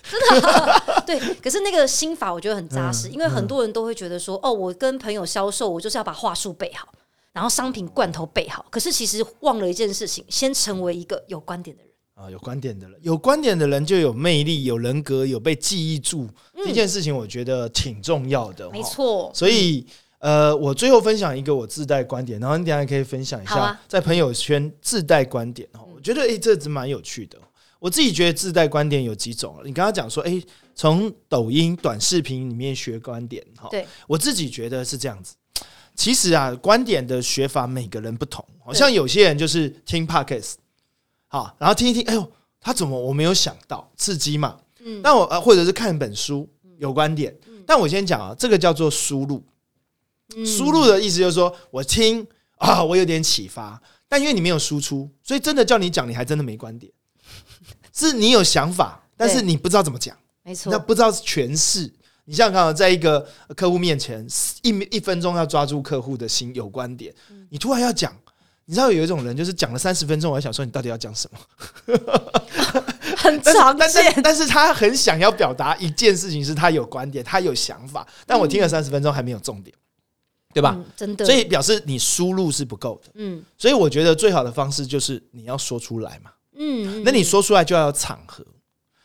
B: 对，可是那个心法我觉得很扎
A: 嗯
B: 实，因为很多人都会觉得说，哦，我跟朋友销售，我就是要把话术背好，然后商品罐头背好。可是其实忘了一件事情，先成为一个有观点的人。
A: 啊，有观点的人，有观点的人就有魅力，有人格，有被记忆住，这件事情我觉得挺重要的。
B: 嗯没
A: 哈，
B: 错，
A: 所以呃，我最后分享一个我自带观点，然后你等一下可以分享一
B: 好
A: 下
B: 啊嗯
A: 在朋友圈自带观点哦。我觉得诶、这只蛮有趣的。我自己觉得自带观点有几种，啊你刚刚讲说，诶，从抖音短视频里面学观点，哈，
B: 对，
A: 我自己觉得是这样子。其实啊，观点的学法每个人不同，好像有些人就是听 podcast，好，然后听一听，哎呦，他怎么我没有想到，刺激嘛。
B: 嗯
A: 那我呃或者是看一本书有观点，但我先讲啊，这个叫做输入。
B: 嗯
A: 输入的意思就是说我听啊，我有点启发，但因为你没有输出，所以真的叫你讲，你还真的没观 点，是你有想法，但是
B: 对
A: 你不知道怎么讲。
B: 没错
A: 那，不知道诠释。你想想看啊，在一个客户面前，一一分钟要抓住客户的心，有观点，
B: 嗯
A: 你突然要讲。你知道有一种人，就是讲了三十分钟，我还想说你到底要讲什么？
B: 很
A: 但是
B: 常
A: 但
B: 见。
A: 但但是他很想要表达一件事情，是他有观点，他有想法，但我听了三十分钟还没有重点，对吧？
B: 嗯，真的，
A: 所以表示你输入是不够的。
B: 嗯
A: 所以我觉得最好的方式就是你要说出来嘛。
B: 嗯，
A: 那你说出来就要有场合，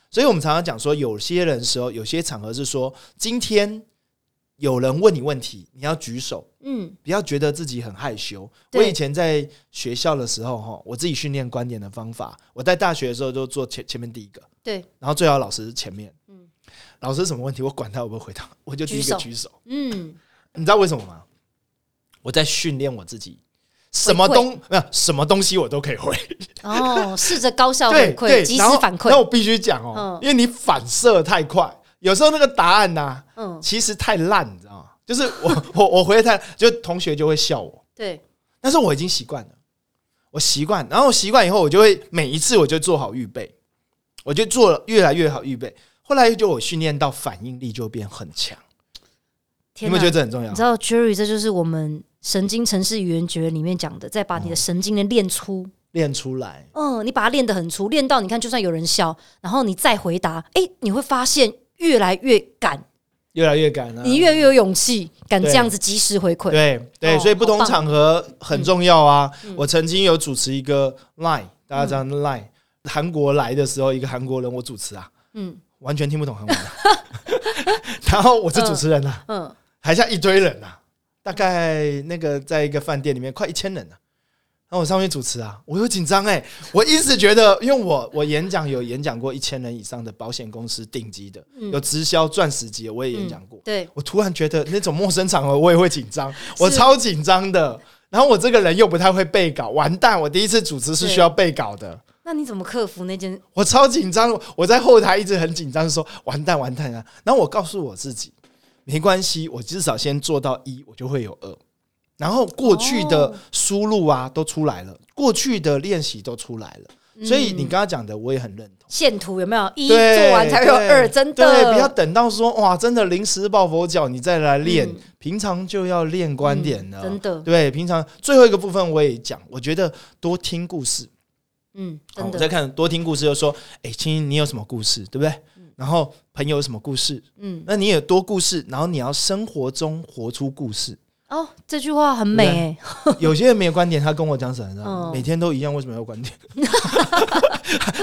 A: 所以我们常常讲说，有些人时候，有些场合是说，今天有人问你问题，你要举手，
B: 嗯
A: 不要觉得自己很害羞。我
B: 对
A: 以前在学校的时候，哈，我自己训练观点的方法，我在大学的时候都坐前前面第一个，
B: 对
A: 然后最好老师前面，
B: 嗯
A: 老师什么问题我管他有没有回答，我就第一个
B: 举手
A: 举手。
B: 嗯
A: 你知道为什么吗？我在训练我自己，什么东没有什么东西我都可以回。
B: 哦，试着高效
A: 对
B: 回
A: 对，
B: 馈，及时
A: 然后
B: 反
A: 那我
B: 馈，
A: 必须讲哦，
B: 嗯
A: 因为你反射太快，有时候那个答案呐、
B: 嗯，
A: 其实太烂，你知道吗？就是我 我我回太，就同学就会笑我，
B: 对，
A: 但是我已经习惯了，我习惯，然后习惯以后，我就会每一次我就做好预备，我就做了越来越好预备。后来就我训练到反应力就变很强，你
B: 天
A: 们
B: 哪
A: 觉得这很重要
B: 你？知道 Jerry，这就是我们神经城市语言学里面讲的，再把你
A: 哦
B: 的神经的练粗。
A: 练出来，
B: 嗯，你把它练得很粗，练到你看，就算有人笑，然后你再回答，哎、你会发现越来越敢，
A: 越来越啊敢了、
B: 你越来越有勇气，敢
A: 嗯对
B: 这样子及时回馈。
A: 对对，
B: 哦
A: 所以不同
B: 好棒嗯
A: 场合很重要啊。我曾经有主持一个 Line，大家知道 Line，韩国来的时候，一个韩国人我主持啊，
B: 嗯
A: 完全听不懂韩文 啊，然后我是主持人啊，
B: 嗯，
A: 台下一堆人啊，大概那个在一个饭店里面快一千人啊。然后我上去主持啊，我又紧张哎、我一直觉得，因 为我我演讲有演讲过一千人以上的保险公司顶级的，
B: 嗯
A: 有直销钻石级的，我也演讲过。
B: 对，
A: 我突然觉得那种陌生场合我也会紧张，我
B: 是
A: 超紧张的。然后我这个人又不太会背稿，完蛋！我第一次主持是需要背稿的，
B: 那你怎么克服那件？
A: 我超紧张，我在后台一直很紧张，说完蛋完蛋啊！然后我告诉我自己，没关系，我至少先做到一，我就会有二。然后过去的
B: 哦
A: 输入啊都出来了，过去的练习都出来了，所以
B: 嗯
A: 你刚刚讲的我也很认同。
B: 线图有没有一做
A: 对
B: 完才会有
A: 对
B: 二？真
A: 对，
B: 的，
A: 不要等到说哇，真的临时抱佛脚，你再来练，
B: 嗯
A: 平常就要练观点了。
B: 真的，
A: 对，平常最后一个部分我也讲，我觉得多听故事。
B: 嗯，
A: 好
B: 真
A: 我
B: 的
A: 在，看多听故事，就说，哎、青青，你有什么故事，对不对？然后朋友有什么故事，
B: 嗯，
A: 那你也多故事，然后你要生活中活出故事。
B: 哦，这句话很美、欸，
A: 有些人没有观点，他跟我讲什么？你知道吗
B: 嗯
A: 每天都一样，为什么要有观点？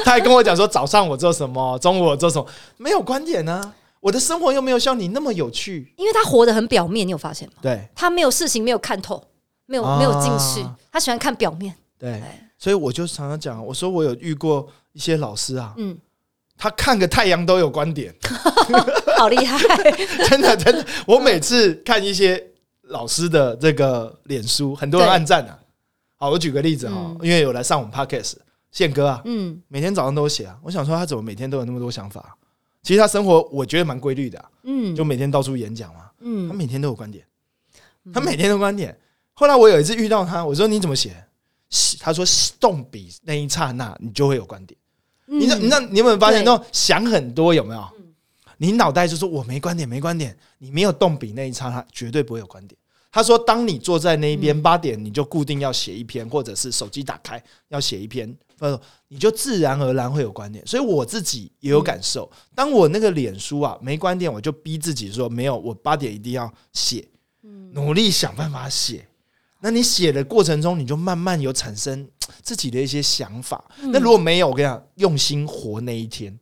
A: 他还跟我讲说，早上我做什么，中午我做什么，没有观点呢、我的生活又没有像你那么有趣。
B: 因为他活得很表面，你有发现吗？
A: 对
B: 他没有事情，没有看透，没有、没有近视
A: 啊，
B: 他喜欢看表面。
A: 对，所以我就常常讲，我说我有遇过一些老师啊，
B: 嗯，
A: 他看个太阳都有观点，
B: 好厉害，
A: 真的真的。我每次看一些老师的这个脸书，很多人
B: 对
A: 暗赞啊。好，我举个例子哈、哦
B: 嗯
A: 因为有来上我们 podcast，宪哥啊，
B: 嗯
A: 每天早上都写啊。我想说他怎么每天都有那么多想法啊、其实他生活我觉得蛮规律的啊、
B: 嗯
A: 就每天到处演讲嘛。他
B: 嗯，
A: 每天都有观点，他每天都有观点。后来我有一次遇到他，我说你怎么写？写他说动笔那一刹那，你就会有观点。你知道你知道你有没有发现，
B: 嗯对
A: 那种想很多有没有？你脑袋就说我没观点，没观点。你没有动笔那一刹那，绝对不会有观点。他说，当你坐在那一边八点，你就固定要写一篇，或者是手机打开要写一篇，呃，你就自然而然会有观点。所以我自己也有感受，当我那个脸书啊没观点，我就逼自己说没有，我八点一定要写，努力想办法写。那你写的过程中，你就慢慢有产生自己的一些想法。那如果没有，我跟你讲，用心活那一天，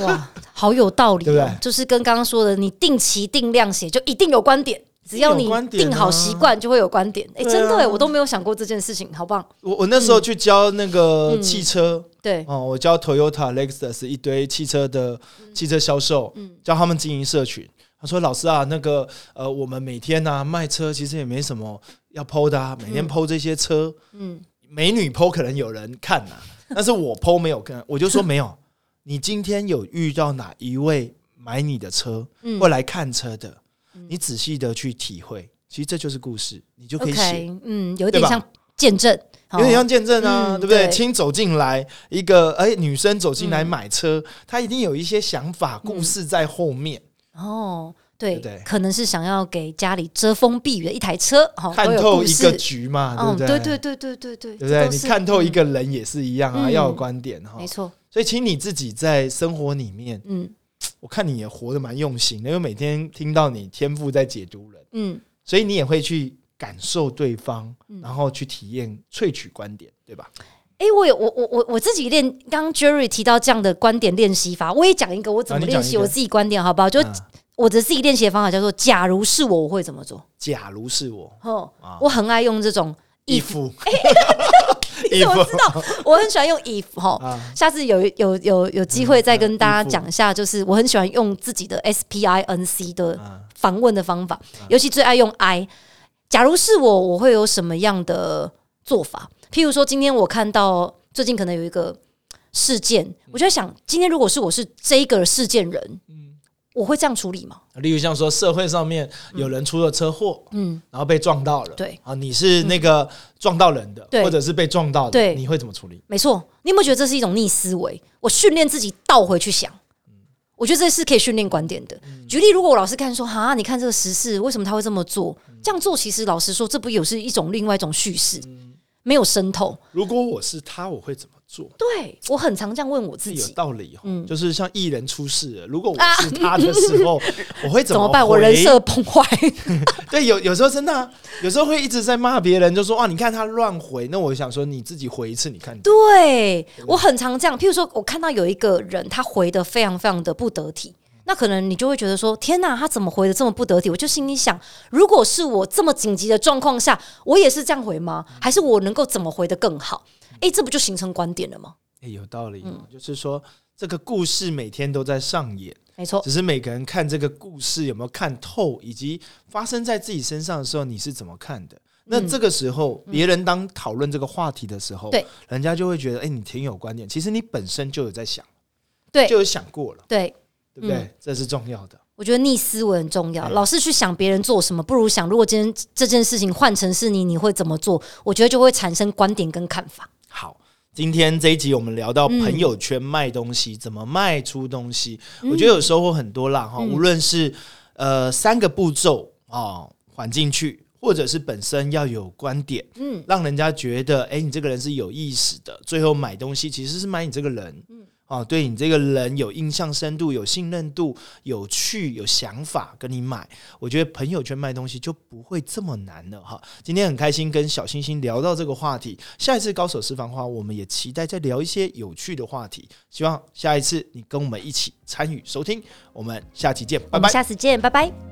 B: 哇，好有道理、哦，
A: 对不对
B: 就是跟刚刚说的，你定期定量写，就一定有观点。只要
A: 一定
B: 你
A: 有观点啊
B: 定好习惯，就会有观点。哎、
A: 对啊
B: 真的、哎，我都没有想过这件事情，好棒！
A: 我我那时候去教那个汽车，
B: 对，
A: 哦、我教 Toyota、Lexus 一堆汽车的
B: 嗯
A: 汽车销售，教他们经营社群。他说：“老师啊，那个呃，我们每天啊卖车，其实也没什么要剖的啊，每天剖这些车，
B: 嗯，
A: 美女剖可能有人看 呐、但是我剖没有看，我就说没有。你今天有遇到哪一位买你的车
B: 嗯
A: 或来看车的？你仔细的去体会，其实这就是故事，你就可以写。
B: OK，嗯，有
A: 对
B: 点
A: 吧
B: 像见证，
A: 有
B: 哦
A: 点像见证啊，
B: 嗯
A: 对不对？
B: 对
A: 亲走进来一个，哎、女生走进来买车，
B: 嗯
A: 她一定有一些想法、故事在后面，
B: 哦。
A: 对
B: 对，
A: 不对
B: 可能是想要给家里遮风避雨的一台车，好、
A: 看
B: 哦都有
A: 透
B: 故
A: 一
B: 事
A: 个局嘛，对
B: 嗯，
A: 不对？
B: 对对对对对
A: 对
B: 对，
A: 不
B: 这
A: 对？
B: 都
A: 你
B: 是
A: 看透一、个人也是一样啊，
B: 嗯
A: 要有观点哈
B: 嗯没。错，
A: 所以，请你自己在生活里面，
B: 嗯
A: 我看你也活得蛮用心的，因为每天听到你天赋在解读人，
B: 嗯，
A: 所以你也会去感受对方，然后去体验、萃取观点，对吧？
B: 哎、我有我我我我自己练，刚刚 Jerry 提到这样的观点练习法，我也讲一个我怎
A: 啊
B: 么
A: 你讲
B: 练
A: 一
B: 习
A: 个
B: 我自己观点，好不好？就
A: 嗯
B: 我的自己练习的方法叫做“假如是我，我会怎么做
A: 假如是我”。
B: 哦
A: 啊，
B: 我很爱用这种 if，
A: 夫，
B: 你怎么知道？我很喜欢用 if 哈。
A: 啊，
B: 下次有有有有机会再跟大家讲一下，就是我很喜欢用自己的 S P I N C 的
A: 嗯
B: 访问的方法，尤其最爱用 I。假如是我，我会有什么样的做法？譬如说，今天我看到最近可能有一个事件，我就在想，今天如果是我是这个事件人，我会这样处理吗？
A: 例如像说社会上面有人出了车祸，
B: 嗯，
A: 然后被撞到了，
B: 对嗯
A: 啊，你是那个撞到人的，
B: 对
A: 或者是被撞到的，
B: 对
A: 你会怎么处理？
B: 没错，你有没有觉得这是一种逆思维？我训练自己倒回去想，我觉得这是可以训练观点的。举例，如果我老师看说，哈，你看这个时事，为什么他会这么做？这样做其实老实说，这不也是一种另外一种叙事，没有渗透。
A: 如果我是他，我会怎么做？
B: 对我很常这样问我自
A: 是有
B: 己，
A: 道理哦，
B: 嗯啊
A: 就是像艺人出事了，如果我是他的时候， 我会怎
B: 怎么
A: 回
B: 办？我人设崩坏，
A: 对，有有时候真的、啊，有时候会一直在骂别人，就说哇，你看他乱回，那我想说你自己回一次，你看你
B: 对
A: 嗯
B: 我很常这样。譬如说，我看到有一个人他回的非常非常的不得体，那可能你就会觉得说：天哪，他怎么回的这么不得体？我就心里想，如果是我这么紧急的状况下，我也是这样回吗？
A: 嗯
B: 还是我能够怎么回的更好？诶，这不就形成观点了吗？
A: 哎有道理、
B: 嗯
A: 哦，就是说这个故事每天都在上演。
B: 没错，
A: 只是每个人看这个故事有没有看透，以及发生在自己身上的时候，你是怎么看的？那这个时候，别人当讨论这个话题的时候，
B: 嗯对，
A: 人家就会觉得，哎、你挺有观点。其实你本身就有在想，
B: 对
A: 就有想过了，
B: 对。
A: 对不对？
B: 嗯
A: 这是重要的。
B: 我觉得逆思维很重要，
A: 嗯
B: 老是去想别人做什么，不如想如果今天这件事情换成是你，你会怎么做？我觉得就会产生观点跟看法。
A: 好，今天这一集我们聊到
B: 嗯
A: 朋友圈卖东西，怎么卖出东西，我觉得有收获很多啦哈。
B: 嗯
A: 无论是呃三个步骤啊，缓进去，或者是本身要有观点，
B: 嗯
A: 让人家觉得哎、诶你这个人是有意识的，最后买东西其实是买你这个人，嗯，啊，对你这个人有印象深度、有信任度、有趣、有想法，跟你买，我觉得朋友圈卖东西就不会这么难了哈。今天很开心跟小星星聊到这个话题，下一次高手私房话，我们也期待再聊一些有趣的话题，希望下一次你跟我们一起参与收听，我们下期见，拜
B: 我们
A: 拜。
B: 下次见，拜拜。